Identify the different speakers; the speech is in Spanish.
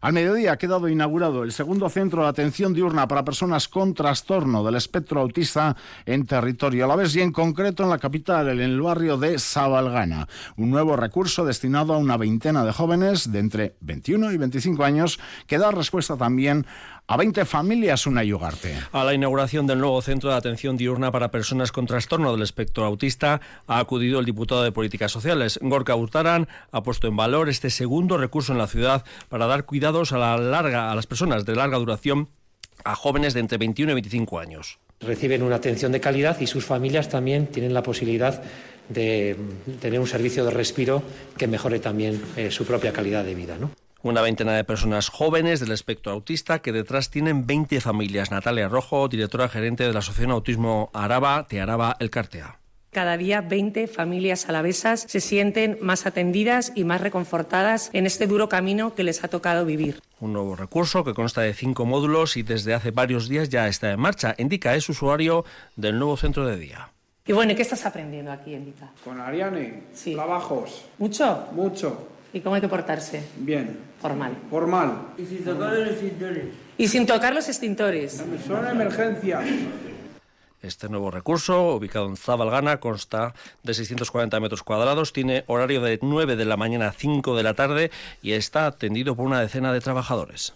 Speaker 1: Al mediodía ha quedado inaugurado el segundo centro de atención diurna para personas con trastorno del espectro autista en territorio alavés y en concreto en la capital, en el barrio de Sabalgana. Un nuevo recurso destinado a una veintena de jóvenes de entre 21 y 25 años que da respuesta también a 20 familias una y ugarte.
Speaker 2: A la inauguración del nuevo centro de atención diurna para personas con trastorno del espectro autista ha acudido el diputado de Políticas Sociales, Gorka Urtaran, ha puesto en valor este segundo recurso en la ciudad para dar cuidados a la larga a las personas de larga duración a jóvenes de entre 21 y 25 años.
Speaker 3: Reciben una atención de calidad y sus familias también tienen la posibilidad de tener un servicio de respiro que mejore también eh, su propia calidad de vida, ¿no?
Speaker 2: Una veintena de personas jóvenes del espectro autista que detrás tienen 20 familias. Natalia Rojo, directora gerente de la Asociación Autismo Araba, Tearaba El Cartea.
Speaker 4: Cada día 20 familias alavesas se sienten más atendidas y más reconfortadas en este duro camino que les ha tocado vivir.
Speaker 2: Un nuevo recurso que consta de cinco módulos y desde hace varios días ya está en marcha, indica es usuario del nuevo centro de día.
Speaker 4: Y bueno, ¿qué estás aprendiendo aquí, Indica?
Speaker 5: Con Ariane, sí. trabajos.
Speaker 4: ¿Mucho?
Speaker 5: Mucho.
Speaker 4: ¿Y cómo hay que portarse?
Speaker 5: Bien.
Speaker 4: Formal.
Speaker 5: Formal.
Speaker 6: Y sin tocar los extintores.
Speaker 4: Y sin tocar los extintores.
Speaker 5: Son emergencias.
Speaker 2: Este nuevo recurso, ubicado en Zabalgana, consta de 640 metros cuadrados, tiene horario de 9 de la mañana a 5 de la tarde y está atendido por una decena de trabajadores.